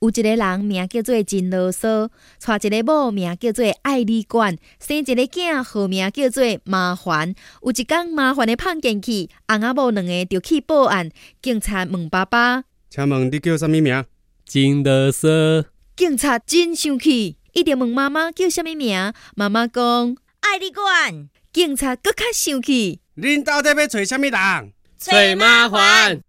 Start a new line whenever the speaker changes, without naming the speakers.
有一个人名叫做真啰嗦，娶一个某名叫做爱你管，生一个囝号名叫做麻烦。有一天麻烦的胖进去，翁仔某两个就去报案。警察问爸爸，
请问你叫啥物名？
真啰嗦，
警察真生气，一直问妈妈叫什物名。妈妈讲，
爱你管，
警察更较生气。
恁到底要找啥物人？
找麻烦。